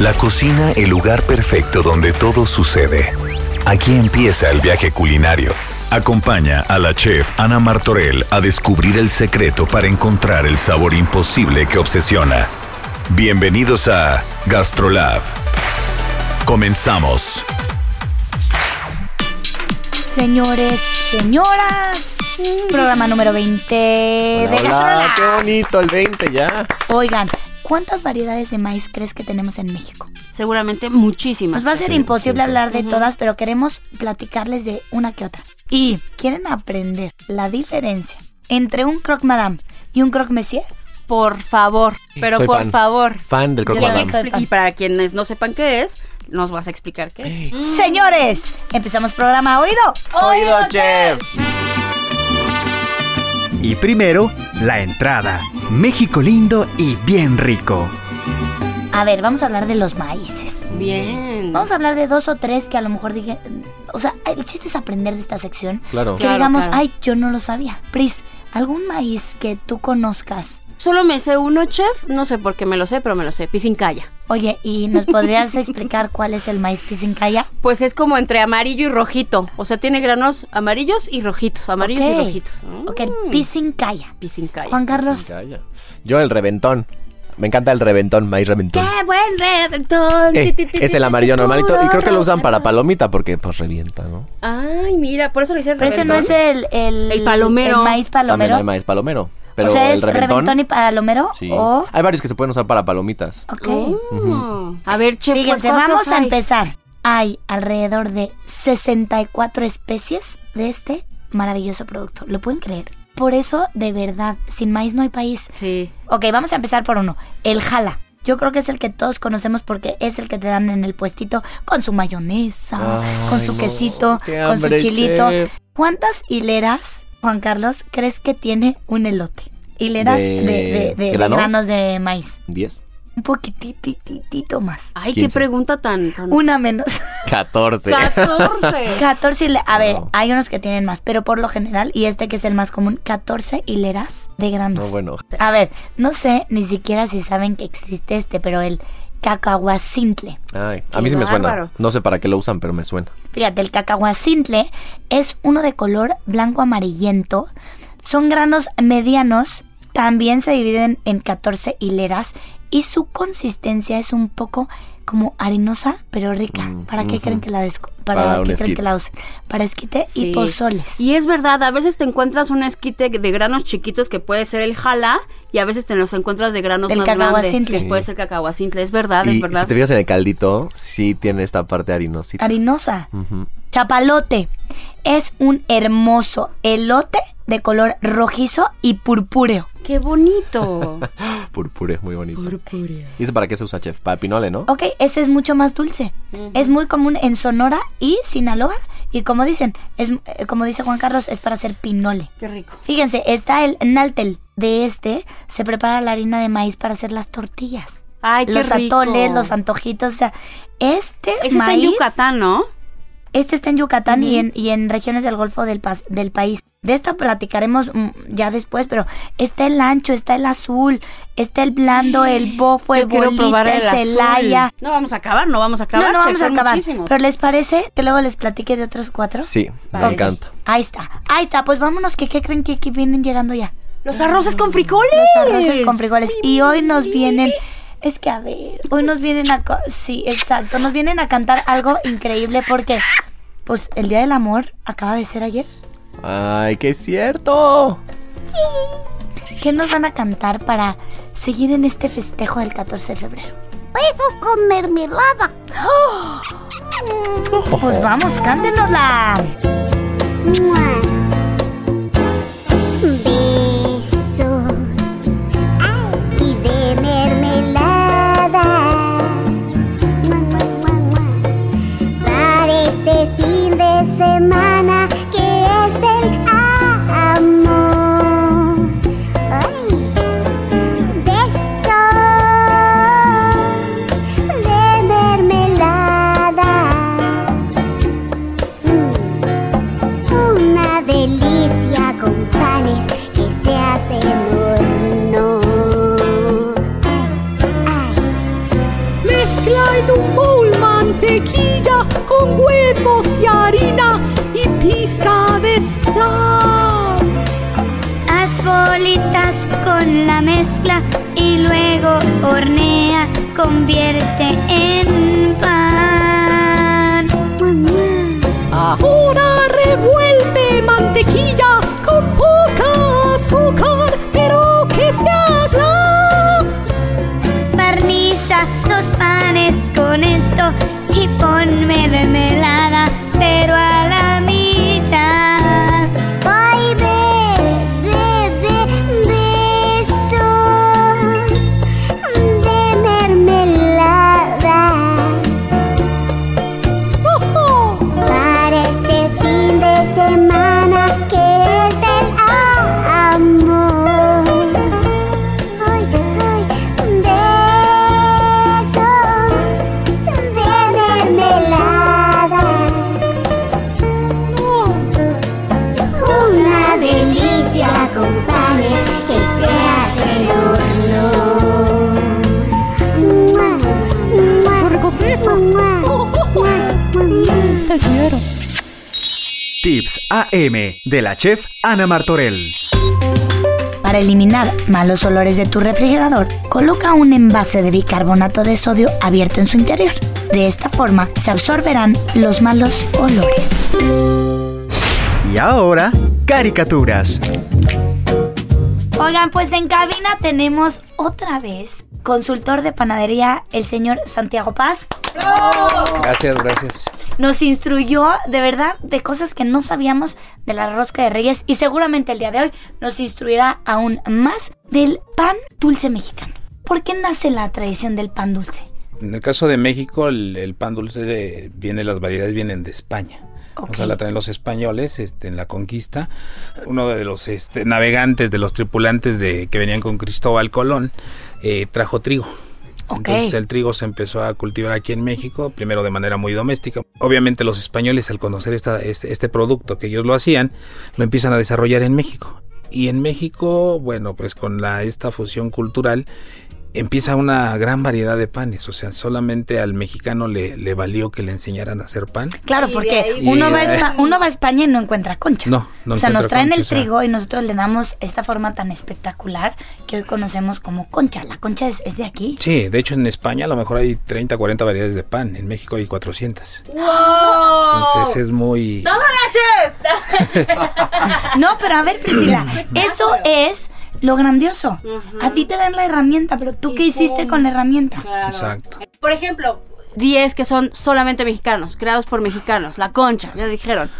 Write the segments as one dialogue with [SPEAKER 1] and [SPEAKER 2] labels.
[SPEAKER 1] La cocina, el lugar perfecto donde todo sucede. Aquí empieza el viaje culinario. Acompaña a la chef Ana Martorell a descubrir el secreto para encontrar el sabor imposible que obsesiona. Bienvenidos a Gastrolab. Comenzamos.
[SPEAKER 2] Señores, señoras, programa número 20 de
[SPEAKER 3] Hola, hola,
[SPEAKER 2] Gastrolab.
[SPEAKER 3] qué bonito el 20 ya.
[SPEAKER 2] Oigan, ¿cuántas variedades de maíz crees que tenemos en México?
[SPEAKER 4] Seguramente muchísimas.
[SPEAKER 2] Nos va a ser
[SPEAKER 3] Sí,
[SPEAKER 2] imposible
[SPEAKER 3] sí, sí.
[SPEAKER 2] hablar de todas, pero queremos platicarles de una que otra. Y quieren aprender la diferencia entre un croque madame y un croque monsieur.
[SPEAKER 4] Por favor, pero
[SPEAKER 3] Soy
[SPEAKER 4] por
[SPEAKER 3] fan.
[SPEAKER 4] favor.
[SPEAKER 3] Fan del
[SPEAKER 4] Ya
[SPEAKER 3] Croque
[SPEAKER 4] le
[SPEAKER 3] Madame.
[SPEAKER 4] expli- Y para quienes no sepan qué es, nos vas a explicar qué es.
[SPEAKER 2] Señores, empezamos programa oído.
[SPEAKER 3] Oído, chef.
[SPEAKER 5] Y primero, la entrada. México lindo y bien rico.
[SPEAKER 2] A ver, vamos a hablar de los maíces.
[SPEAKER 4] Bien.
[SPEAKER 2] Vamos a hablar de dos o tres que a lo mejor dije. O sea, el chiste es aprender de esta sección.
[SPEAKER 3] Claro.
[SPEAKER 2] Que
[SPEAKER 4] Claro,
[SPEAKER 2] digamos,
[SPEAKER 4] claro.
[SPEAKER 2] ay, yo no lo sabía. Pris, ¿algún maíz que tú conozcas?
[SPEAKER 4] Solo me sé uno, chef. No sé por qué me lo sé, pero me lo sé. Pisincaya.
[SPEAKER 2] Oye, ¿y nos podrías explicar cuál es el maíz pisincaya?
[SPEAKER 4] Pues es como entre amarillo y rojito. O sea, tiene granos amarillos y rojitos. Amarillos y rojitos.
[SPEAKER 2] Ok,
[SPEAKER 4] Mm.
[SPEAKER 2] pisincaya.
[SPEAKER 4] Pisincaya.
[SPEAKER 2] Juan Carlos,
[SPEAKER 3] Calla. Yo el reventón. Me encanta el reventón, maíz reventón.
[SPEAKER 4] ¡Qué buen reventón!
[SPEAKER 3] Eh,
[SPEAKER 4] Ti, ti, ti,
[SPEAKER 3] es
[SPEAKER 4] ti,
[SPEAKER 3] el
[SPEAKER 4] ti,
[SPEAKER 3] amarillo
[SPEAKER 4] ti,
[SPEAKER 3] normalito y creo que lo usan
[SPEAKER 4] todo.
[SPEAKER 3] para palomita porque pues revienta, ¿no?
[SPEAKER 4] Ay, mira, por eso le hice el
[SPEAKER 2] pero ese no es
[SPEAKER 4] reventón.
[SPEAKER 2] el, el,
[SPEAKER 4] El palomero.
[SPEAKER 2] el maíz
[SPEAKER 3] También
[SPEAKER 2] palomero.
[SPEAKER 3] hay maíz palomero, pero
[SPEAKER 2] o sea,
[SPEAKER 3] el
[SPEAKER 2] es
[SPEAKER 3] reventón,
[SPEAKER 2] reventón y palomero.
[SPEAKER 3] sí.
[SPEAKER 2] O,
[SPEAKER 3] Hay varios que se pueden usar para palomitas.
[SPEAKER 2] ok.
[SPEAKER 4] Mm. A ver, chef. pues,
[SPEAKER 2] Fíjense,
[SPEAKER 4] ¿cuántos
[SPEAKER 2] vamos a
[SPEAKER 4] hay?
[SPEAKER 2] empezar. Hay alrededor de 64 especies de este maravilloso producto. ¿Lo pueden creer? Por eso, de verdad, sin maíz no hay país.
[SPEAKER 4] Sí.
[SPEAKER 2] Ok, vamos a empezar por uno. El jala. Yo creo que es el que todos conocemos porque es el que te dan en el puestito con su mayonesa,
[SPEAKER 3] Ay,
[SPEAKER 2] con su
[SPEAKER 3] no,
[SPEAKER 2] quesito,
[SPEAKER 3] qué
[SPEAKER 2] con su
[SPEAKER 3] hambre,
[SPEAKER 2] chilito.
[SPEAKER 3] chef.
[SPEAKER 2] ¿Cuántas hileras, Juan Carlos, crees que tiene un elote? Hileras de,
[SPEAKER 3] ¿De
[SPEAKER 2] de- de- de
[SPEAKER 3] grano?
[SPEAKER 2] granos de maíz.
[SPEAKER 3] 10,
[SPEAKER 2] Un poquitititito más.
[SPEAKER 4] Ay, qué
[SPEAKER 3] Quince.
[SPEAKER 4] pregunta tan. tan...
[SPEAKER 2] Una menos.
[SPEAKER 3] 14.
[SPEAKER 4] 14.
[SPEAKER 2] 14 hile- A ver,
[SPEAKER 3] No.
[SPEAKER 2] hay unos que tienen más, pero por lo general, y este que es el más común, 14 hileras de granos.
[SPEAKER 3] No, bueno.
[SPEAKER 2] A ver, no sé ni siquiera si saben que existe este, pero el cacahuacintle.
[SPEAKER 3] Ay, a
[SPEAKER 4] Qué
[SPEAKER 3] mí sí me
[SPEAKER 4] bárbaro.
[SPEAKER 3] suena. No sé para qué lo usan, pero me suena.
[SPEAKER 2] Fíjate, el cacahuacintle es uno de color blanco amarillento. Son granos medianos, también se dividen en 14 hileras y su consistencia es un poco como harinosa, pero rica. ¿Para qué creen que la desco- para,
[SPEAKER 3] Mm, Para un
[SPEAKER 2] qué creen
[SPEAKER 3] esquite.
[SPEAKER 2] que la usen? Para esquite
[SPEAKER 4] Sí.
[SPEAKER 2] y pozoles.
[SPEAKER 4] Y es verdad, a veces te encuentras un esquite de granos chiquitos que puede ser el jala y a veces te los encuentras de granos
[SPEAKER 2] Del
[SPEAKER 4] más grandes.
[SPEAKER 2] cacahuacintle.
[SPEAKER 4] Que puede ser cacahuacintle, es verdad,
[SPEAKER 3] y
[SPEAKER 4] es
[SPEAKER 3] si
[SPEAKER 4] verdad.
[SPEAKER 3] te fijas en el caldito, sí tiene esta parte harinosita.
[SPEAKER 2] Harinosa.
[SPEAKER 3] Ujú.
[SPEAKER 2] Chapalote es un hermoso elote de color rojizo y purpúreo.
[SPEAKER 4] ¡Qué bonito!
[SPEAKER 3] Purpure, muy bonito. ¿Y eso para qué se usa, chef? Para pinole, ¿no?
[SPEAKER 2] Ok, ese es mucho más dulce. Es muy común en Sonora y Sinaloa. Y como dicen, es eh, como dice Juan Carlos, es para hacer pinole.
[SPEAKER 4] ¡Qué rico!
[SPEAKER 2] Fíjense, está el naltel. De este se prepara la harina de maíz para hacer las tortillas.
[SPEAKER 4] ¡Ay, qué
[SPEAKER 2] los
[SPEAKER 4] rico!
[SPEAKER 2] atoles, los antojitos, o sea, este
[SPEAKER 4] Ese está en
[SPEAKER 2] maíz...
[SPEAKER 4] Yucatán, ¿no?
[SPEAKER 2] Este está en Yucatán y, en, y en regiones del Golfo del, pas- del país. De esto platicaremos mm, ya después, pero está el ancho, está el azul, está el blando, el bofo, el
[SPEAKER 4] Yo quiero probar el
[SPEAKER 2] bolita, el
[SPEAKER 4] azul.
[SPEAKER 2] celaya.
[SPEAKER 4] No vamos a acabar, no vamos a
[SPEAKER 2] No,
[SPEAKER 4] acabar.
[SPEAKER 2] no
[SPEAKER 4] chef,
[SPEAKER 2] vamos a
[SPEAKER 4] son
[SPEAKER 2] acabar.
[SPEAKER 4] muchísimos.
[SPEAKER 2] Pero ¿les parece que luego les platique de otros cuatro?
[SPEAKER 3] Sí, me
[SPEAKER 4] Vale.
[SPEAKER 3] encanta.
[SPEAKER 2] Ahí está, ahí está. Pues vámonos, que qué creen que aquí vienen llegando ya?
[SPEAKER 4] Los arroces con frijoles.
[SPEAKER 2] Los arroces con frijoles. Y hoy nos vienen... Es que a ver, hoy nos vienen a... co- Sí, exacto, nos vienen a cantar algo increíble porque... Pues el Día del Amor acaba de ser ayer.
[SPEAKER 3] Ay, qué cierto.
[SPEAKER 2] ¿Qué nos van a cantar para seguir en este festejo del 14 de febrero? ¡Oh!
[SPEAKER 6] besos con mermelada.
[SPEAKER 2] Pues vamos, cántenosla.
[SPEAKER 6] ¡Mua! Besos. Ay. este
[SPEAKER 7] mezcla y luego hornea, convierte en pan.
[SPEAKER 8] Ahora revuelve mantequilla con poca azúcar, pero que sea glass.
[SPEAKER 7] Barniza los panes con esto y ponme mermelada, pero a la mitad.
[SPEAKER 6] Ay, be, be, be, besos de mermelada. Para este fin de semana que es del amor. Ay, ay, besos de mermelada. Una delicia con panes que se hacen horno. Ricos besos.
[SPEAKER 5] Tips AM de la chef Ana Martorell.
[SPEAKER 2] Para eliminar malos olores de tu refrigerador, coloca un envase de bicarbonato de sodio abierto en su interior. De esta forma se absorberán los malos olores.
[SPEAKER 5] Y ahora, caricaturas.
[SPEAKER 2] Oigan, pues en cabina tenemos otra vez consultor de panadería, el señor Santiago Paz.
[SPEAKER 9] Gracias, gracias.
[SPEAKER 2] Nos instruyó de verdad de cosas que no sabíamos de la rosca de reyes y seguramente el día de hoy nos instruirá aún más del pan dulce mexicano. ¿Por qué nace la tradición del pan dulce?
[SPEAKER 9] En el caso de México, el, el pan dulce eh, viene, las variedades vienen de España. O sea, la traen los españoles este, en la conquista. Uno de los este, navegantes, de los tripulantes de, que venían con Cristóbal Colón, eh, trajo trigo.
[SPEAKER 2] Ok.
[SPEAKER 9] Entonces el trigo se empezó a cultivar aquí en México, primero de manera muy doméstica. Obviamente los españoles al conocer esta- este, este producto que ellos lo hacían, lo empiezan a desarrollar en México. Y en México, bueno, pues con la, esta fusión cultural empieza una gran variedad de panes. O sea, solamente al mexicano le, le valió que le enseñaran a hacer pan.
[SPEAKER 2] Claro,
[SPEAKER 4] Y de
[SPEAKER 2] porque
[SPEAKER 4] ahí-
[SPEAKER 2] uno,
[SPEAKER 9] Y-
[SPEAKER 2] va a Espa- uno va a España y no encuentra concha.
[SPEAKER 9] No, no
[SPEAKER 2] O sea, nos
[SPEAKER 9] encuentra
[SPEAKER 2] traen
[SPEAKER 9] concha,
[SPEAKER 2] el
[SPEAKER 9] o sea.
[SPEAKER 2] trigo y nosotros le damos esta forma tan espectacular que hoy conocemos como concha. La concha es, es de aquí.
[SPEAKER 9] Sí, de hecho en España a lo mejor hay 30, 40 variedades de pan, en México hay 400. Entonces es muy...
[SPEAKER 2] No, pero a ver, Priscila, eso es lo grandioso. A ti te dan la herramienta, pero ¿tú qué hiciste con la herramienta?
[SPEAKER 9] Exacto.
[SPEAKER 4] Por ejemplo, 10 que son solamente mexicanos, creados por mexicanos. La concha, ya dijeron.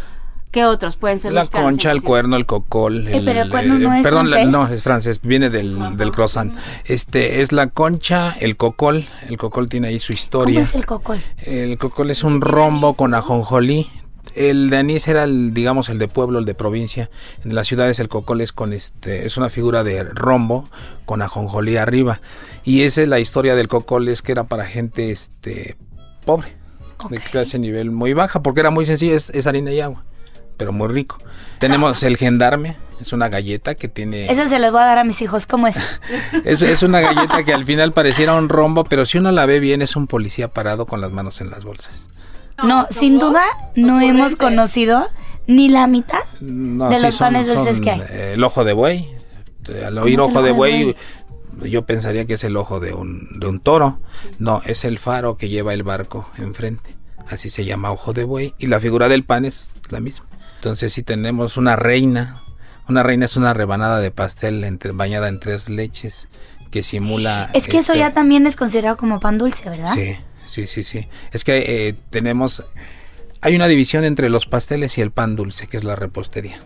[SPEAKER 4] ¿Qué otros pueden ser
[SPEAKER 9] La
[SPEAKER 4] mexicanos?
[SPEAKER 9] concha, el cuerno, el cocol.
[SPEAKER 2] Eh, pero el cuerno no es
[SPEAKER 9] perdón, la-
[SPEAKER 2] francés.
[SPEAKER 9] no, es francés, viene del, del croissant. Este es la concha, el cocol. El cocol tiene ahí su
[SPEAKER 2] ¿Cómo
[SPEAKER 9] historia.
[SPEAKER 2] es el cocol?
[SPEAKER 9] El cocol es un rombo con ajonjolí. El de anís era el, digamos, el de pueblo, el de provincia. En las ciudades el cocol es con este, es una figura de rombo con ajonjolí arriba. Y esa es la historia del cocol, es que era para gente este pobre, de clase nivel muy baja, porque era muy sencillo, es, es harina y agua, pero muy rico. Tenemos el gendarme, es una galleta que tiene
[SPEAKER 2] Eso se los voy a dar a mis hijos. ¿Cómo es?
[SPEAKER 9] es, es una galleta que al final pareciera un rombo, pero si uno la ve bien es un policía parado con las manos en las bolsas.
[SPEAKER 2] No, sin duda no hemos conocido ni la mitad
[SPEAKER 9] No,
[SPEAKER 2] de
[SPEAKER 9] sí,
[SPEAKER 2] los
[SPEAKER 9] son-
[SPEAKER 2] panes dulces
[SPEAKER 9] son,
[SPEAKER 2] que hay.
[SPEAKER 9] eh, El ojo de buey. Eh, Al oír
[SPEAKER 2] es el
[SPEAKER 9] ojo de buey, yo pensaría que es el ojo de un, de un toro. No, es el faro que lleva el barco enfrente. Así se llama ojo de buey. Y la figura del pan es la misma. Entonces, si tenemos una reina, una reina es una rebanada de pastel entre, bañada en tres leches que simula.
[SPEAKER 2] Es que eso
[SPEAKER 9] este,
[SPEAKER 2] ya también es considerado como pan dulce, ¿verdad?
[SPEAKER 9] Sí, sí, sí, sí. Es que eh, tenemos. Hay una división entre los pasteles y el pan dulce, que es la repostería.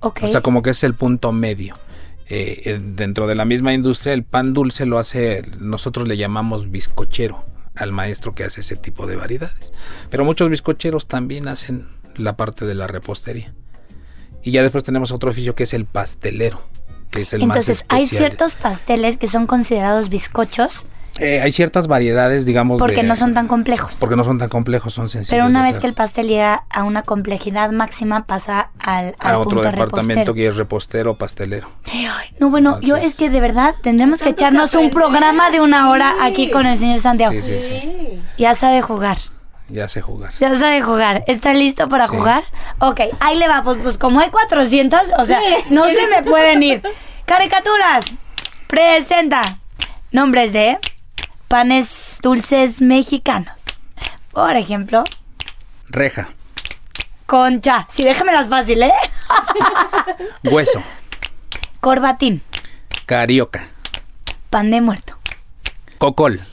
[SPEAKER 2] Ok.
[SPEAKER 9] O sea, como que es el punto medio. Eh, eh, dentro de la misma industria, el pan dulce lo hace, nosotros le llamamos bizcochero al maestro que hace ese tipo de variedades. Pero muchos bizcocheros también hacen la parte de la repostería. Y ya después tenemos otro oficio que es el pastelero, que es el más
[SPEAKER 2] Entonces,
[SPEAKER 9] especial.
[SPEAKER 2] hay ciertos pasteles que son considerados bizcochos
[SPEAKER 9] Eh, hay ciertas variedades, digamos,
[SPEAKER 2] porque
[SPEAKER 9] de-
[SPEAKER 2] no son tan complejos.
[SPEAKER 9] porque no son tan complejos, son sencillos.
[SPEAKER 2] Pero una
[SPEAKER 9] de
[SPEAKER 2] vez
[SPEAKER 9] hacer.
[SPEAKER 2] que el pastel llega a una complejidad máxima, pasa al, al
[SPEAKER 9] a Ah, otro
[SPEAKER 2] punto
[SPEAKER 9] departamento
[SPEAKER 2] repostero.
[SPEAKER 9] que es repostero o pastelero.
[SPEAKER 2] No, bueno, yo
[SPEAKER 9] Entonces-
[SPEAKER 2] es que de verdad tendremos que echarnos un programa de una hora aquí con el señor Santiago.
[SPEAKER 9] Sí, sí, sí.
[SPEAKER 2] Ya sabe jugar.
[SPEAKER 9] Ya sé jugar.
[SPEAKER 2] Ya sabe jugar. ¿Está listo para jugar? Ok, ahí le va. Pues, pues como hay 400, o sea, no se me pueden ir. Caricaturas. Presenta nombres de panes dulces mexicanos. Por ejemplo,
[SPEAKER 9] Reja.
[SPEAKER 2] concha. Sí, déjamelas fácil, ¿eh?
[SPEAKER 9] Hueso.
[SPEAKER 2] Corbatín,
[SPEAKER 9] Carioca.
[SPEAKER 2] pan de muerto,
[SPEAKER 9] Cocol.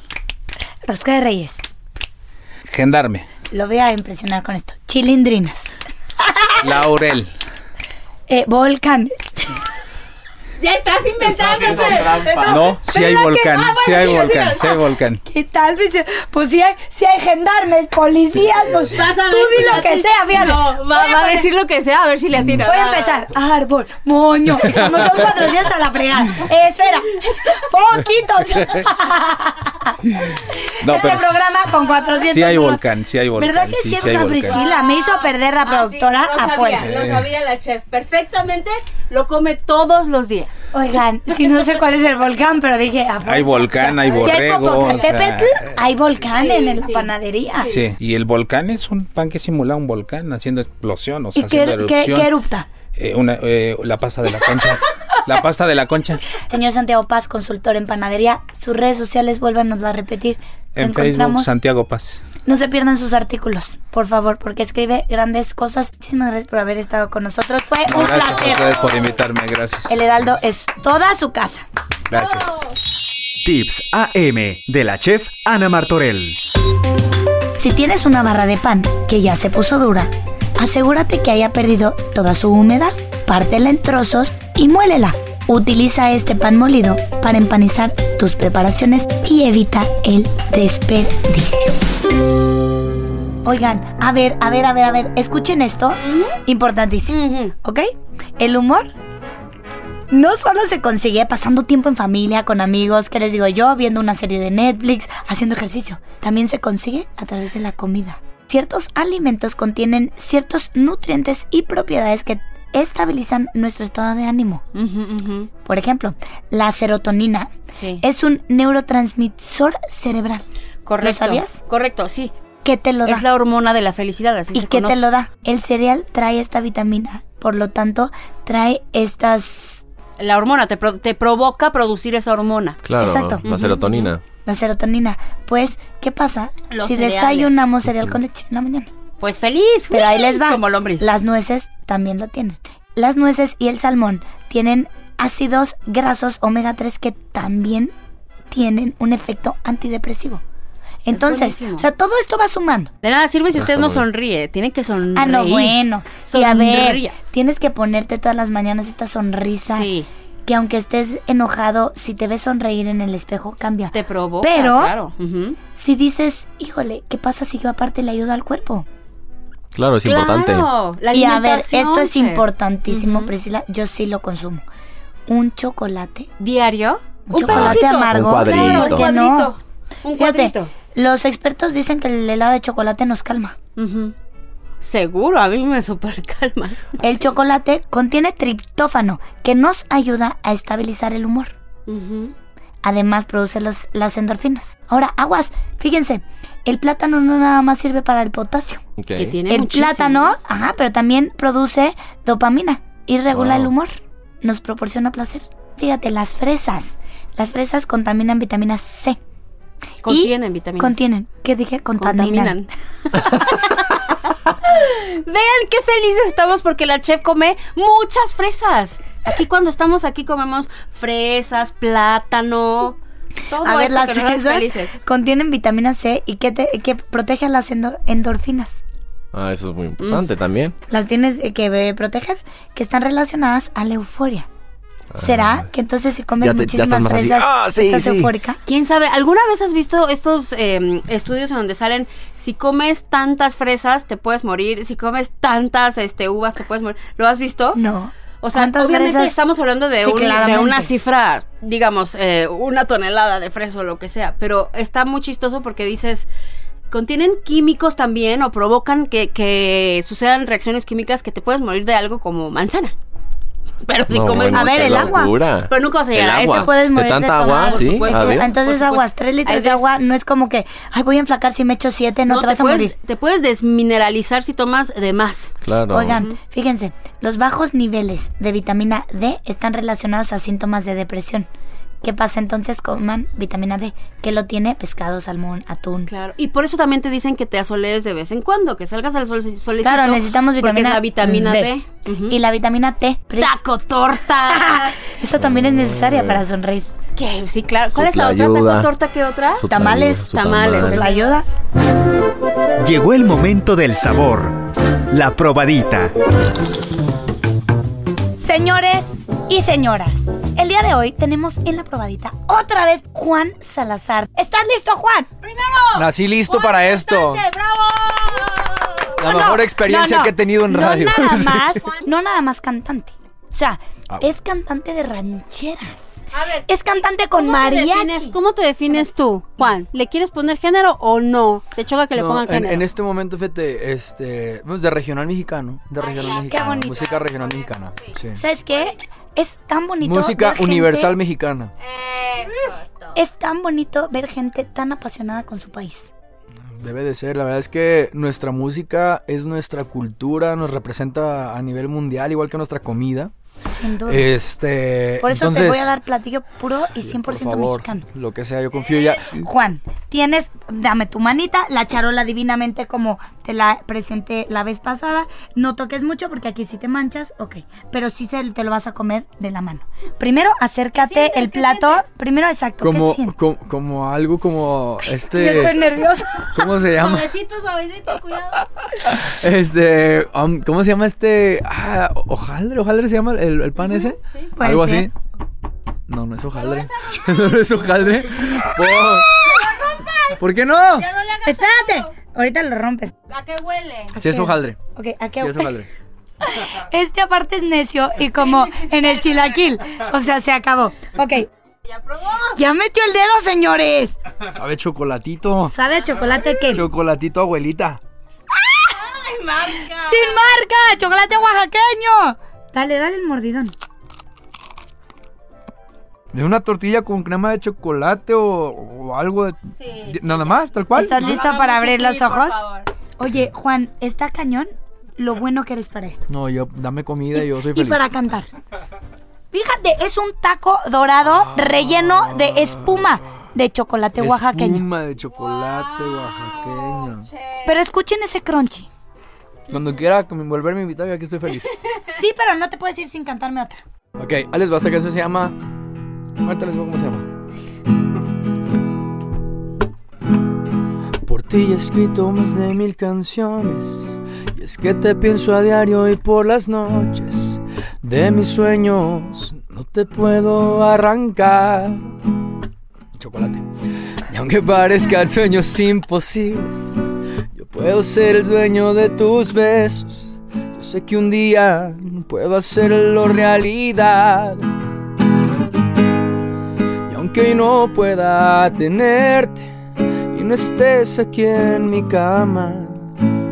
[SPEAKER 2] rosca de reyes.
[SPEAKER 9] Gendarme.
[SPEAKER 2] Lo voy a impresionar con esto. Chilindrinas,
[SPEAKER 9] Laurel.
[SPEAKER 2] eh, volcanes.
[SPEAKER 4] Ya estás inventándote.
[SPEAKER 9] No, si hay volcán. Si hay volcán. Si hay volcán.
[SPEAKER 2] ¿Qué tal? Pues, pues si hay, si hay gendarmes, policías, pues
[SPEAKER 4] Vas a
[SPEAKER 2] tú
[SPEAKER 4] ver
[SPEAKER 2] di
[SPEAKER 4] si
[SPEAKER 2] lo
[SPEAKER 4] la
[SPEAKER 2] que
[SPEAKER 4] ti-
[SPEAKER 2] sea, fíjate.
[SPEAKER 4] No, va,
[SPEAKER 2] Voy
[SPEAKER 4] va a
[SPEAKER 2] poner-
[SPEAKER 4] decir lo que sea, a ver si le atira.
[SPEAKER 2] Voy a empezar. Árbol, moño. Y Como son cuatro días a la fregada. Eh, espera. Poquitos.
[SPEAKER 9] No,
[SPEAKER 2] este
[SPEAKER 9] pero
[SPEAKER 2] programa con 400.
[SPEAKER 9] si hay
[SPEAKER 2] números.
[SPEAKER 9] volcán. Si hay volcán.
[SPEAKER 2] ¿Verdad que
[SPEAKER 9] sí,
[SPEAKER 2] sí,
[SPEAKER 9] sí hay
[SPEAKER 2] una
[SPEAKER 9] volcán.
[SPEAKER 2] Priscila? Me hizo perder la productora
[SPEAKER 4] Ah, lo
[SPEAKER 2] a
[SPEAKER 4] sabía,
[SPEAKER 2] fuerza.
[SPEAKER 4] Lo sabía la chef. Perfectamente lo come todos los días.
[SPEAKER 2] Oigan, si no sé cuál es el volcán, pero dije a fuerza.
[SPEAKER 9] Hay volcán, hay
[SPEAKER 2] Si hay
[SPEAKER 9] borrego. o sea,
[SPEAKER 2] Popocatépetl, hay volcán en, la panadería.
[SPEAKER 9] Sí, y el volcán es un pan que simula un volcán haciendo explosión, o sea,
[SPEAKER 2] ¿Y qué,
[SPEAKER 9] haciendo
[SPEAKER 2] qué-
[SPEAKER 9] erupción.
[SPEAKER 2] qué erupta?
[SPEAKER 9] Eh, una, eh, la pasta de la concha. la pasta de la concha.
[SPEAKER 2] Señor Santiago Paz, consultor en panadería, sus redes sociales, vuélvanos a repetir. Lo
[SPEAKER 9] En Facebook,
[SPEAKER 2] encontramos.
[SPEAKER 9] Santiago Paz.
[SPEAKER 2] No se pierdan sus artículos, por favor, porque escribe grandes cosas. Muchísimas gracias por haber estado con nosotros. Fue
[SPEAKER 9] No,
[SPEAKER 2] un
[SPEAKER 9] gracias a
[SPEAKER 2] placer.
[SPEAKER 9] ustedes por invitarme, gracias.
[SPEAKER 2] El Heraldo es toda su casa.
[SPEAKER 9] Gracias.
[SPEAKER 5] Tips AM de la chef Ana Martorell.
[SPEAKER 2] Si tienes una barra de pan que ya se puso dura, asegúrate que haya perdido toda su humedad, pártela en trozos y muélela. Utiliza este pan molido para empanizar tus preparaciones y evita el desperdicio. Oigan, a ver, a ver, a ver, a ver, escuchen esto, importantísimo, ¿ok? El humor no solo se consigue pasando tiempo en familia, con amigos, que les digo yo, viendo una serie de Netflix, haciendo ejercicio. También se consigue a través de la comida. Ciertos alimentos contienen ciertos nutrientes y propiedades que estabilizan nuestro estado de ánimo. Por ejemplo, la serotonina
[SPEAKER 4] Sí.
[SPEAKER 2] es un neurotransmisor cerebral.
[SPEAKER 4] Correcto.
[SPEAKER 2] ¿Lo sabías?
[SPEAKER 4] Correcto, sí.
[SPEAKER 2] ¿Qué te lo da?
[SPEAKER 4] Es la hormona de la felicidad, así
[SPEAKER 2] ¿Y
[SPEAKER 4] se
[SPEAKER 2] qué
[SPEAKER 4] conoce.
[SPEAKER 2] te lo da? El cereal trae esta vitamina, por lo tanto, trae estas...
[SPEAKER 4] La hormona te, pro- te provoca producir esa hormona.
[SPEAKER 3] Claro,
[SPEAKER 2] Exacto.
[SPEAKER 3] la serotonina.
[SPEAKER 2] La serotonina. Pues, ¿qué pasa
[SPEAKER 4] Los
[SPEAKER 2] si
[SPEAKER 4] cereales.
[SPEAKER 2] desayunamos cereal con leche en la mañana?
[SPEAKER 4] Pues feliz,
[SPEAKER 2] Pero ahí
[SPEAKER 4] uy,
[SPEAKER 2] les va.
[SPEAKER 4] Como lombriz.
[SPEAKER 2] Las nueces también lo tienen. Las nueces y el salmón tienen ácidos grasos omega 3 que también tienen un efecto antidepresivo. Entonces,
[SPEAKER 4] buenísimo.
[SPEAKER 2] o sea, todo esto va sumando.
[SPEAKER 4] De nada sirve si usted
[SPEAKER 3] está
[SPEAKER 4] no
[SPEAKER 3] muy bien.
[SPEAKER 4] sonríe. Tiene que sonreír.
[SPEAKER 2] Ah, no, bueno. Y a ver,
[SPEAKER 4] Sonría.
[SPEAKER 2] tienes que ponerte todas las mañanas esta sonrisa.
[SPEAKER 4] Sí.
[SPEAKER 2] Que aunque estés enojado, si te ves sonreír en el espejo, cambia.
[SPEAKER 4] Te provoca.
[SPEAKER 2] Pero-
[SPEAKER 4] Claro. Ujú.
[SPEAKER 2] Si dices, híjole, ¿qué pasa si yo aparte le ayudo al cuerpo?
[SPEAKER 3] Claro, es importante.
[SPEAKER 4] Claro, la
[SPEAKER 2] Y a ver,
[SPEAKER 4] alimentación,
[SPEAKER 2] esto es
[SPEAKER 4] chef.
[SPEAKER 2] importantísimo,
[SPEAKER 4] Ujú.
[SPEAKER 2] Priscila. Yo sí lo consumo. Un chocolate.
[SPEAKER 4] Diario.
[SPEAKER 2] Un chocolate
[SPEAKER 4] pedacito.
[SPEAKER 2] amargo.
[SPEAKER 3] Un cuadrito.
[SPEAKER 4] Claro,
[SPEAKER 3] ¿Por
[SPEAKER 4] un
[SPEAKER 2] qué no?
[SPEAKER 4] cuadrito. Un
[SPEAKER 2] Fíjate,
[SPEAKER 4] cuadrito.
[SPEAKER 2] los expertos dicen que el helado de chocolate nos calma.
[SPEAKER 4] Ujú. Seguro, a mí me super calma.
[SPEAKER 2] El chocolate contiene triptófano, que nos ayuda a estabilizar el humor.
[SPEAKER 4] Ujú.
[SPEAKER 2] Además, produce los- las endorfinas. Ahora, aguas, fíjense, el plátano no nada más sirve para el potasio.
[SPEAKER 3] Ok.
[SPEAKER 4] Que tiene
[SPEAKER 2] El
[SPEAKER 4] muchísimo.
[SPEAKER 2] plátano, ajá, pero también produce dopamina y regula
[SPEAKER 3] Wow.
[SPEAKER 2] el humor. Nos proporciona placer. Fíjate, las fresas. Las fresas contaminan vitamina C.
[SPEAKER 4] Contienen vitaminas.
[SPEAKER 2] Contienen. ¿Qué dije? Contaminan.
[SPEAKER 4] Contaminan. Vean qué felices estamos porque la chef come muchas fresas. Aquí cuando estamos aquí comemos fresas, plátano. Todo
[SPEAKER 2] A ver,
[SPEAKER 4] esto
[SPEAKER 2] las
[SPEAKER 4] que nos hace
[SPEAKER 2] fresas
[SPEAKER 4] felices.
[SPEAKER 2] contienen vitamina C y que, te- que protege las endo- endorfinas.
[SPEAKER 3] Ah, eso es muy importante también.
[SPEAKER 2] Las tienes eh, que eh, proteger, que están relacionadas a la euforia. ¿Será que entonces si comes
[SPEAKER 3] Ah. Ya te- ya
[SPEAKER 2] muchísimas
[SPEAKER 3] estás más así,
[SPEAKER 2] fresas
[SPEAKER 3] "Ah, sí,
[SPEAKER 2] estás
[SPEAKER 3] sí".
[SPEAKER 2] eufórica?
[SPEAKER 4] ¿Quién sabe? ¿Alguna vez has visto estos eh, estudios en donde salen si comes tantas fresas te puedes morir, si comes tantas este, uvas te puedes morir? ¿Lo has visto?
[SPEAKER 2] No.
[SPEAKER 4] O sea,
[SPEAKER 2] ¿Cuántas
[SPEAKER 4] obviamente
[SPEAKER 2] fresas?
[SPEAKER 4] estamos hablando de,
[SPEAKER 2] Sí,
[SPEAKER 4] un- de
[SPEAKER 2] claramente.
[SPEAKER 4] una cifra, digamos, eh, una tonelada de fresa o lo que sea, pero está muy chistoso porque dices, contienen químicos también o provocan que, que sucedan reacciones químicas que te puedes morir de algo como manzana. Pero si
[SPEAKER 3] No,
[SPEAKER 4] comes...
[SPEAKER 3] bueno,
[SPEAKER 2] A ver,
[SPEAKER 3] qué
[SPEAKER 2] el agua.
[SPEAKER 3] locura.
[SPEAKER 4] Pero nunca vas a
[SPEAKER 3] El
[SPEAKER 4] llegar a eso.
[SPEAKER 3] agua.
[SPEAKER 2] puedes
[SPEAKER 3] de
[SPEAKER 2] morir
[SPEAKER 3] tanta
[SPEAKER 2] tomar,
[SPEAKER 3] agua,
[SPEAKER 2] por
[SPEAKER 3] sí,
[SPEAKER 2] supuesto.
[SPEAKER 3] adiós.
[SPEAKER 4] Por
[SPEAKER 2] Entonces
[SPEAKER 4] supuesto.
[SPEAKER 2] aguas, tres
[SPEAKER 4] Hay
[SPEAKER 2] litros de
[SPEAKER 4] veces-
[SPEAKER 2] agua no es como que, ay, voy a enflacar si me echo siete, no, te vas
[SPEAKER 4] te,
[SPEAKER 2] a
[SPEAKER 4] puedes,
[SPEAKER 2] morir.
[SPEAKER 4] te puedes desmineralizar si tomas de más.
[SPEAKER 3] Claro.
[SPEAKER 2] Oigan, fíjense, los bajos niveles de vitamina D están relacionados a síntomas de depresión, ¿Qué pasa entonces? Coman vitamina D, que lo tiene pescado, salmón, atún.
[SPEAKER 4] Claro. Y por eso también te dicen que te asolees de vez en cuando, que salgas al sol solecito.
[SPEAKER 2] Claro, necesitamos
[SPEAKER 4] porque
[SPEAKER 2] vitamina,
[SPEAKER 4] es la vitamina D. Ujú.
[SPEAKER 2] Y la vitamina T.
[SPEAKER 4] ¡Taco torta!
[SPEAKER 2] Esa también es necesaria para sonreír.
[SPEAKER 4] ¿Qué? Sí, claro. ¿Cuál es la otra?
[SPEAKER 3] Sotlayuda.
[SPEAKER 4] ¿Taco torta qué otra?
[SPEAKER 3] Sotlayuda,
[SPEAKER 2] Tamales.
[SPEAKER 3] sotlayuda.
[SPEAKER 4] Tamales.
[SPEAKER 2] La ayuda.
[SPEAKER 5] Llegó el momento del sabor. La probadita.
[SPEAKER 2] Señores y señoras, el día de hoy tenemos en la probadita otra vez Juan Salazar. ¿Estás listo, Juan?
[SPEAKER 10] Nací listo para esto. La
[SPEAKER 2] No,
[SPEAKER 10] mejor
[SPEAKER 2] no,
[SPEAKER 10] experiencia
[SPEAKER 2] no, no.
[SPEAKER 10] que he tenido en
[SPEAKER 2] No
[SPEAKER 10] radio.
[SPEAKER 2] nada
[SPEAKER 10] Sí.
[SPEAKER 2] más, no nada más cantante. O sea,
[SPEAKER 10] Ah.
[SPEAKER 2] es cantante de rancheras.
[SPEAKER 4] A ver,
[SPEAKER 2] Es cantante con
[SPEAKER 4] ¿cómo te
[SPEAKER 2] María.
[SPEAKER 4] defines- ¿Cómo te defines tú, Juan? ¿Le quieres poner género o no? ¿Te choca que le
[SPEAKER 10] No,
[SPEAKER 4] pongan
[SPEAKER 10] en,
[SPEAKER 4] género?
[SPEAKER 10] en este momento, fíjate, este, pues, de regional mexicano. De regional mexicano.
[SPEAKER 2] bonito.
[SPEAKER 10] Música regional mexicana. sí.
[SPEAKER 2] ¿Sabes qué? Es tan bonito.
[SPEAKER 10] Música
[SPEAKER 2] ver gente-
[SPEAKER 10] universal mexicana.
[SPEAKER 2] Es tan bonito ver gente tan apasionada con su país.
[SPEAKER 10] Debe de ser. La verdad es que nuestra música es nuestra cultura, nos representa a nivel mundial, igual que nuestra comida.
[SPEAKER 2] Sin duda.
[SPEAKER 10] Este,
[SPEAKER 2] Por eso
[SPEAKER 10] entonces,
[SPEAKER 2] te voy a dar platillo puro y 100%
[SPEAKER 10] por favor,
[SPEAKER 2] mexicano.
[SPEAKER 10] Lo que sea, yo confío ya.
[SPEAKER 2] Juan, tienes, dame tu manita, la charola divinamente como te la presenté la vez pasada. No toques mucho porque aquí si te manchas, ok. Pero sí se, te lo vas a comer de la mano. Primero acércate el plato. Primero, exacto. ¿qué
[SPEAKER 10] Como,
[SPEAKER 2] sientes?
[SPEAKER 10] como, como algo como este.
[SPEAKER 2] Yo estoy nerviosa.
[SPEAKER 10] ¿Cómo se llama?
[SPEAKER 4] Suavecito, suavecito, cuidado.
[SPEAKER 10] Este, um, ¿cómo se llama este? Ah, hojaldre, hojaldre se llama el, el pan ese.
[SPEAKER 2] Puede
[SPEAKER 10] Algo
[SPEAKER 2] ser.
[SPEAKER 10] así. No, no es hojaldre. No es hojaldre. Oh. ¿Por qué no?
[SPEAKER 2] Espérate, ahorita lo rompes.
[SPEAKER 4] ¿A qué huele?
[SPEAKER 10] Sí es hojaldre.
[SPEAKER 2] Ok, ¿a qué
[SPEAKER 10] Sí es hojaldre.
[SPEAKER 2] Este aparte es necio y como en el chilaquil. O sea, se acabó. Ok. Ya metió el dedo, señores.
[SPEAKER 10] Sabe chocolatito.
[SPEAKER 2] ¿Sabe a chocolate qué?
[SPEAKER 10] Chocolatito abuelita.
[SPEAKER 2] ¡Sin marca! ¡Chocolate oaxaqueño! Dale, dale el mordidón.
[SPEAKER 10] Es una tortilla con crema de chocolate o, o algo de...
[SPEAKER 4] Sí.
[SPEAKER 10] de- Nada más, tal cual.
[SPEAKER 2] ¿Estás
[SPEAKER 4] No
[SPEAKER 2] listo
[SPEAKER 4] la
[SPEAKER 2] para
[SPEAKER 4] hagas
[SPEAKER 2] abrir los
[SPEAKER 4] sufrir, por
[SPEAKER 2] ojos?
[SPEAKER 4] favor.
[SPEAKER 2] Oye, Juan, ¿está cañón lo bueno que eres para esto?
[SPEAKER 10] No, yo dame comida y yo soy
[SPEAKER 2] Y
[SPEAKER 10] feliz.
[SPEAKER 2] para cantar. Fíjate, es un taco dorado relleno de espuma de chocolate oaxaqueño.
[SPEAKER 10] Ah. Espuma de chocolate oaxaqueño.
[SPEAKER 2] Pero escuchen ese crunchy.
[SPEAKER 10] Cuando quiera que me volverme a invitar, yo aquí estoy feliz.
[SPEAKER 2] Sí, pero no te puedes ir sin cantarme otra.
[SPEAKER 10] Ok, Alex Basta, que se llama. Ahorita les digo cómo se llama. Por ti he escrito más de mil canciones. Y es que te pienso a diario y por las noches. De mis sueños no te puedo arrancar. Chocolate. Y aunque parezcan sueños imposibles, yo puedo ser el dueño de tus besos. Yo sé que un día puedo hacerlo realidad. Y aunque hoy no pueda tenerte y no estés aquí en mi cama,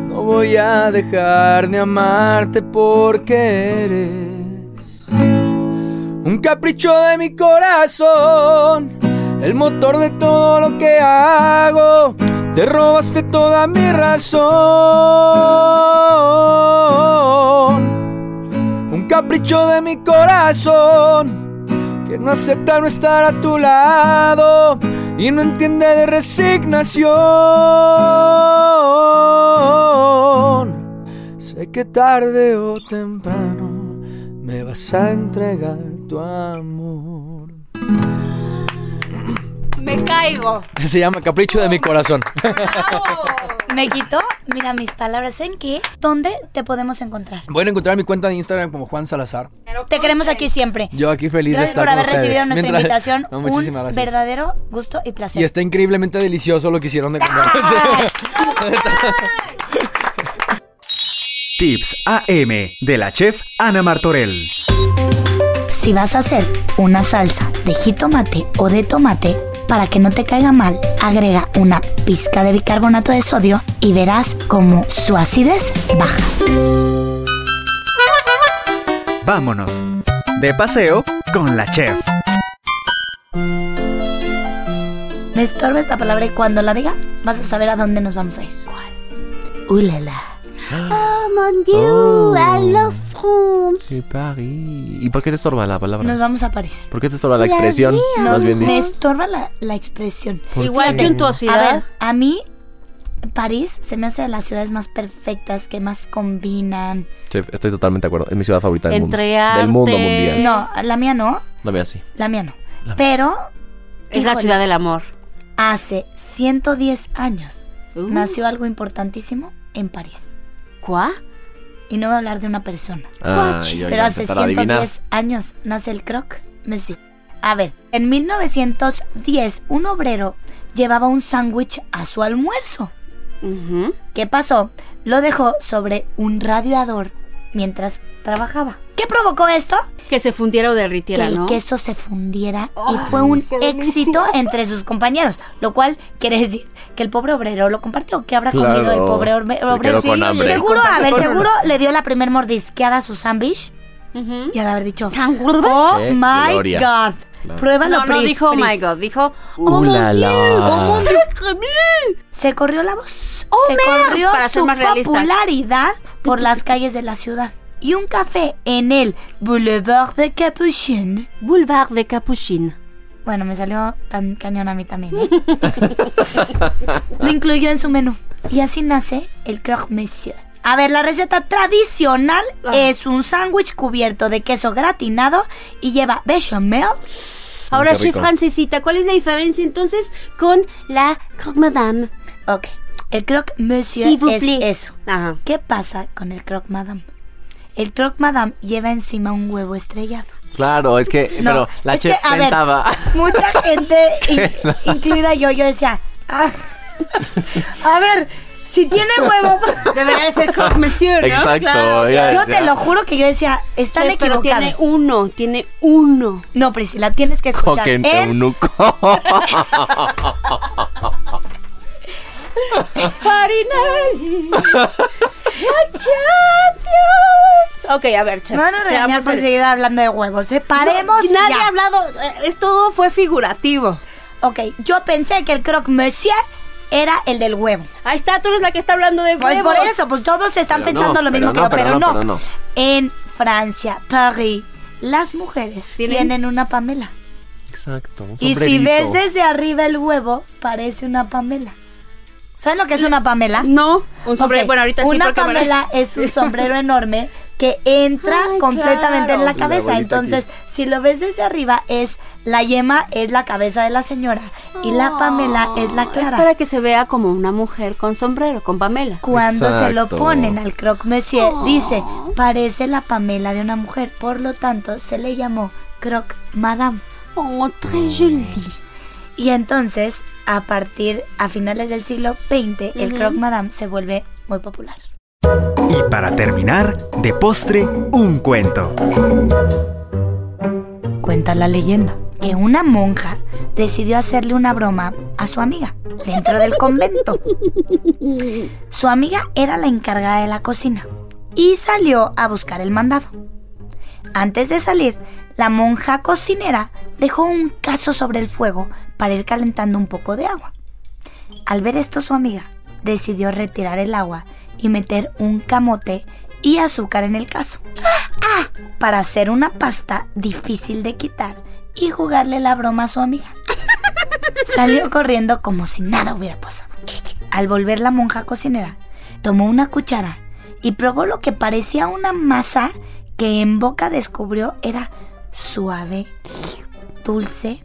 [SPEAKER 10] no voy a dejar de amarte porque eres un capricho de mi corazón, el motor de todo lo que hago. Te robaste toda mi razón, un capricho de mi corazón que no acepta no estar a tu lado y no entiende de resignación. Sé que tarde o temprano me vas a entregar tu amor.
[SPEAKER 4] Me caigo.
[SPEAKER 10] Se llama Capricho de mi corazón.
[SPEAKER 2] Me quitó, mira mis palabras, ¿en qué? ¿Dónde te podemos encontrar?
[SPEAKER 10] Pueden encontrar mi cuenta de Instagram como Juan Salazar.
[SPEAKER 2] Te queremos aquí siempre.
[SPEAKER 10] Yo aquí feliz
[SPEAKER 2] Gracias
[SPEAKER 10] de estar
[SPEAKER 2] por haber
[SPEAKER 10] con ustedes.
[SPEAKER 2] recibido nuestra
[SPEAKER 10] Mientras-
[SPEAKER 2] invitación.
[SPEAKER 10] No,
[SPEAKER 2] un
[SPEAKER 10] muchísimas gracias.
[SPEAKER 2] verdadero gusto y
[SPEAKER 10] Y este.
[SPEAKER 2] placer.
[SPEAKER 10] está increíblemente delicioso lo que hicieron de comer.
[SPEAKER 5] Tips AM de la chef Ana Martorell.
[SPEAKER 2] Si vas a hacer una salsa de jitomate o de tomate, para que no te caiga mal, agrega una pizca de bicarbonato de sodio y verás como su acidez baja.
[SPEAKER 5] Vámonos. De paseo con la chef.
[SPEAKER 2] Me estorba esta palabra y cuando la diga, vas a saber a dónde nos vamos a ir. ¿Cuál? Ulala.
[SPEAKER 6] Oh mon dieu, I love
[SPEAKER 4] France.
[SPEAKER 3] De París. ¿Y por qué te estorba la palabra?
[SPEAKER 2] Nos vamos a París.
[SPEAKER 3] ¿Por qué te estorba la expresión? Más
[SPEAKER 2] No,
[SPEAKER 3] bien
[SPEAKER 2] me
[SPEAKER 3] dicho.
[SPEAKER 2] estorba la, la expresión.
[SPEAKER 3] ¿Por Igual qué? que
[SPEAKER 2] A
[SPEAKER 4] untuosidad.
[SPEAKER 2] ver, a mí París se me hace de las ciudades más perfectas, que más combinan.
[SPEAKER 3] Chef, estoy totalmente de acuerdo. Es mi ciudad favorita del
[SPEAKER 2] Entre
[SPEAKER 3] mundo. Del mundo mundial.
[SPEAKER 2] No, la mía no,
[SPEAKER 3] No me así.
[SPEAKER 2] la mía no. Pero...
[SPEAKER 4] Es la ciudad del amor.
[SPEAKER 2] Hace 110 años nació algo importantísimo en París.
[SPEAKER 4] ¿Cuá?
[SPEAKER 2] Y no voy a hablar de una persona.
[SPEAKER 3] Ah, yo
[SPEAKER 2] Pero
[SPEAKER 3] iba a
[SPEAKER 2] hace
[SPEAKER 3] intentar adivinar.
[SPEAKER 2] 110 años nace el croc, Messi. A ver, en 1910 un obrero llevaba un sándwich a su almuerzo. ¿Qué pasó? Lo dejó sobre un radiador mientras trabajaba. ¿Qué provocó esto?
[SPEAKER 4] Que se fundiera o derritiera,
[SPEAKER 2] que el
[SPEAKER 4] ¿no?
[SPEAKER 2] queso se fundiera y fue un éxito entre sus compañeros, lo cual quiere decir que el pobre obrero lo compartió, que habrá
[SPEAKER 3] Claro,
[SPEAKER 2] comido el pobre orbe-
[SPEAKER 3] se
[SPEAKER 2] obrero.
[SPEAKER 3] quedó con hambre.
[SPEAKER 2] Seguro, a ver,
[SPEAKER 4] Con
[SPEAKER 2] seguro
[SPEAKER 4] hambre.
[SPEAKER 2] le dio la primer mordisqueada a su sándwich y ha de haber dicho, oh
[SPEAKER 3] Qué
[SPEAKER 2] my
[SPEAKER 3] gloria.
[SPEAKER 2] god,
[SPEAKER 3] Claro.
[SPEAKER 2] pruébalo,
[SPEAKER 4] No, no
[SPEAKER 2] please,
[SPEAKER 4] dijo oh my
[SPEAKER 2] please".
[SPEAKER 4] god, dijo "Oh,
[SPEAKER 3] Uh, la, la.
[SPEAKER 4] mon Dieu, que bleu.
[SPEAKER 2] Se corrió la voz. se
[SPEAKER 4] merde,
[SPEAKER 2] corrió
[SPEAKER 4] ¡Oh, para ser
[SPEAKER 2] su
[SPEAKER 4] más realistas.
[SPEAKER 2] popularidad por las calles de la ciudad. Y un café en el Boulevard de Capuchin.
[SPEAKER 4] Boulevard de Capuchin.
[SPEAKER 2] Bueno, me salió tan cañón a mí también. ¿eh? Lo incluyó en su menú. Y así nace el croque monsieur. A ver, la receta tradicional es un sándwich cubierto de queso gratinado y lleva bechamel.
[SPEAKER 4] Ahora
[SPEAKER 2] sí,
[SPEAKER 4] sí, francesita, ¿cuál es la diferencia entonces con la croque madame?
[SPEAKER 2] Ok, el croque monsieur
[SPEAKER 4] S'il vous
[SPEAKER 2] es
[SPEAKER 4] plaît.
[SPEAKER 2] eso. ¿Qué pasa con el croque madame? El croque madame lleva encima un huevo estrellado.
[SPEAKER 3] Claro, es que.
[SPEAKER 2] No,
[SPEAKER 3] Eh, pero la
[SPEAKER 2] es
[SPEAKER 3] chef
[SPEAKER 2] que, a ver,
[SPEAKER 3] pensaba.
[SPEAKER 2] mucha gente, in- incluida yo, yo decía, "Ah, a ver, si tiene huevo,
[SPEAKER 4] Debería de ser croque monsieur, ¿no?
[SPEAKER 3] Exacto, ella
[SPEAKER 2] yo
[SPEAKER 3] decía-
[SPEAKER 2] te lo juro que yo decía, están
[SPEAKER 4] Chef, pero
[SPEAKER 2] equivocados.
[SPEAKER 4] tiene uno, tiene uno.
[SPEAKER 2] No, Priscila, tienes que escuchar.
[SPEAKER 3] Coquen
[SPEAKER 2] En-
[SPEAKER 3] eunuco.
[SPEAKER 4] Farinelli. Ok, a ver, chef.
[SPEAKER 2] No, no, no,
[SPEAKER 4] seamos
[SPEAKER 2] ya por
[SPEAKER 4] serios.
[SPEAKER 2] seguir hablando de huevos. Separemos.
[SPEAKER 4] No, nadie
[SPEAKER 2] ya.
[SPEAKER 4] ha hablado, eh, es todo fue figurativo.
[SPEAKER 2] Ok, yo pensé que el croque monsieur era el del huevo.
[SPEAKER 4] Ahí está, tú eres la que está hablando de
[SPEAKER 2] Pues
[SPEAKER 4] huevos.
[SPEAKER 2] por eso, pues todos están
[SPEAKER 3] Pero no,
[SPEAKER 2] pensando lo mismo
[SPEAKER 3] pero no,
[SPEAKER 2] que yo,
[SPEAKER 3] pero
[SPEAKER 2] pero,
[SPEAKER 3] no,
[SPEAKER 2] no,
[SPEAKER 3] pero no.
[SPEAKER 2] En Francia, París, las mujeres
[SPEAKER 4] Tienen-
[SPEAKER 2] tienen, una pamela.
[SPEAKER 3] Exacto. un
[SPEAKER 2] Y si
[SPEAKER 3] sombrerito.
[SPEAKER 2] ves desde arriba el huevo, parece una pamela. ¿Sabes lo que es una pamela?
[SPEAKER 4] No, un sombrero.
[SPEAKER 2] Ok,
[SPEAKER 4] Bueno, ahorita sí
[SPEAKER 2] Una
[SPEAKER 4] porque me lo-
[SPEAKER 2] pamela es un sombrero enorme que entra completamente en la
[SPEAKER 4] claro.
[SPEAKER 2] cabeza.
[SPEAKER 4] La bolita
[SPEAKER 2] Entonces, si lo ves desde arriba, es la yema es la cabeza de la señora y la pamela es la
[SPEAKER 4] Es
[SPEAKER 2] cara.
[SPEAKER 4] para que se vea como una mujer con sombrero, con Pamela.
[SPEAKER 2] Cuando se lo
[SPEAKER 3] Exacto.
[SPEAKER 2] ponen al croque monsieur,
[SPEAKER 4] Ah.
[SPEAKER 2] dice, parece la pamela de una mujer, por lo tanto se le llamó croque madame.
[SPEAKER 4] Oh, très jolie.
[SPEAKER 2] Y entonces, a partir, a finales del siglo XX, el
[SPEAKER 4] Ujú.
[SPEAKER 2] croque madame se vuelve muy popular.
[SPEAKER 5] Y para terminar, de postre, un cuento.
[SPEAKER 2] Cuenta la leyenda que una monja decidió hacerle una broma a su amiga dentro del convento. Su amiga era la encargada de la cocina y salió a buscar el mandado. Antes de salir, la monja cocinera dejó un cazo sobre el fuego para ir calentando un poco de agua. Al ver esto su amiga decidió retirar el agua y meter un camote y azúcar en el cazo para hacer una pasta difícil de quitar y jugarle la broma a su amiga. Salió corriendo como si nada hubiera pasado. Al volver la monja cocinera, tomó una cuchara y probó lo que parecía una masa que en boca descubrió era suave, dulce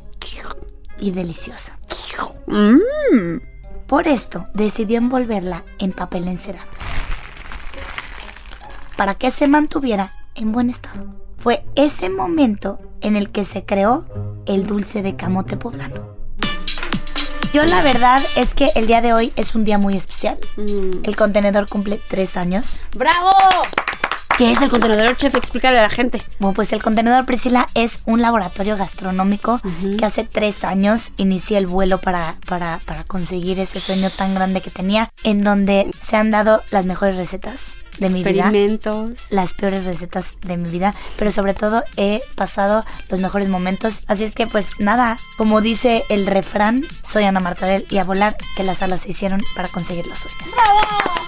[SPEAKER 2] y deliciosa. Por esto decidió envolverla en papel encerado para que se mantuviera en buen estado. Fue ese momento en el que se creó el dulce de camote poblano. Yo la verdad es que el día de hoy es un día muy especial.
[SPEAKER 4] Mm.
[SPEAKER 2] El contenedor cumple tres años.
[SPEAKER 4] ¡Bravo! ¿Qué es el contenedor, chef? Explícale a la gente.
[SPEAKER 2] Bueno, pues el contenedor Priscila es un laboratorio gastronómico que hace tres años inicié el vuelo para, para, para conseguir ese sueño tan grande que tenía, en donde se han dado las mejores recetas de mi vida.
[SPEAKER 4] Experimentos.
[SPEAKER 2] las peores recetas de mi vida, pero sobre todo he pasado los mejores momentos. Así es que pues nada, como dice el refrán, soy Ana Martorell y a volar que las alas se hicieron para conseguir los sueños.
[SPEAKER 4] ¡Bravo!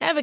[SPEAKER 11] Ever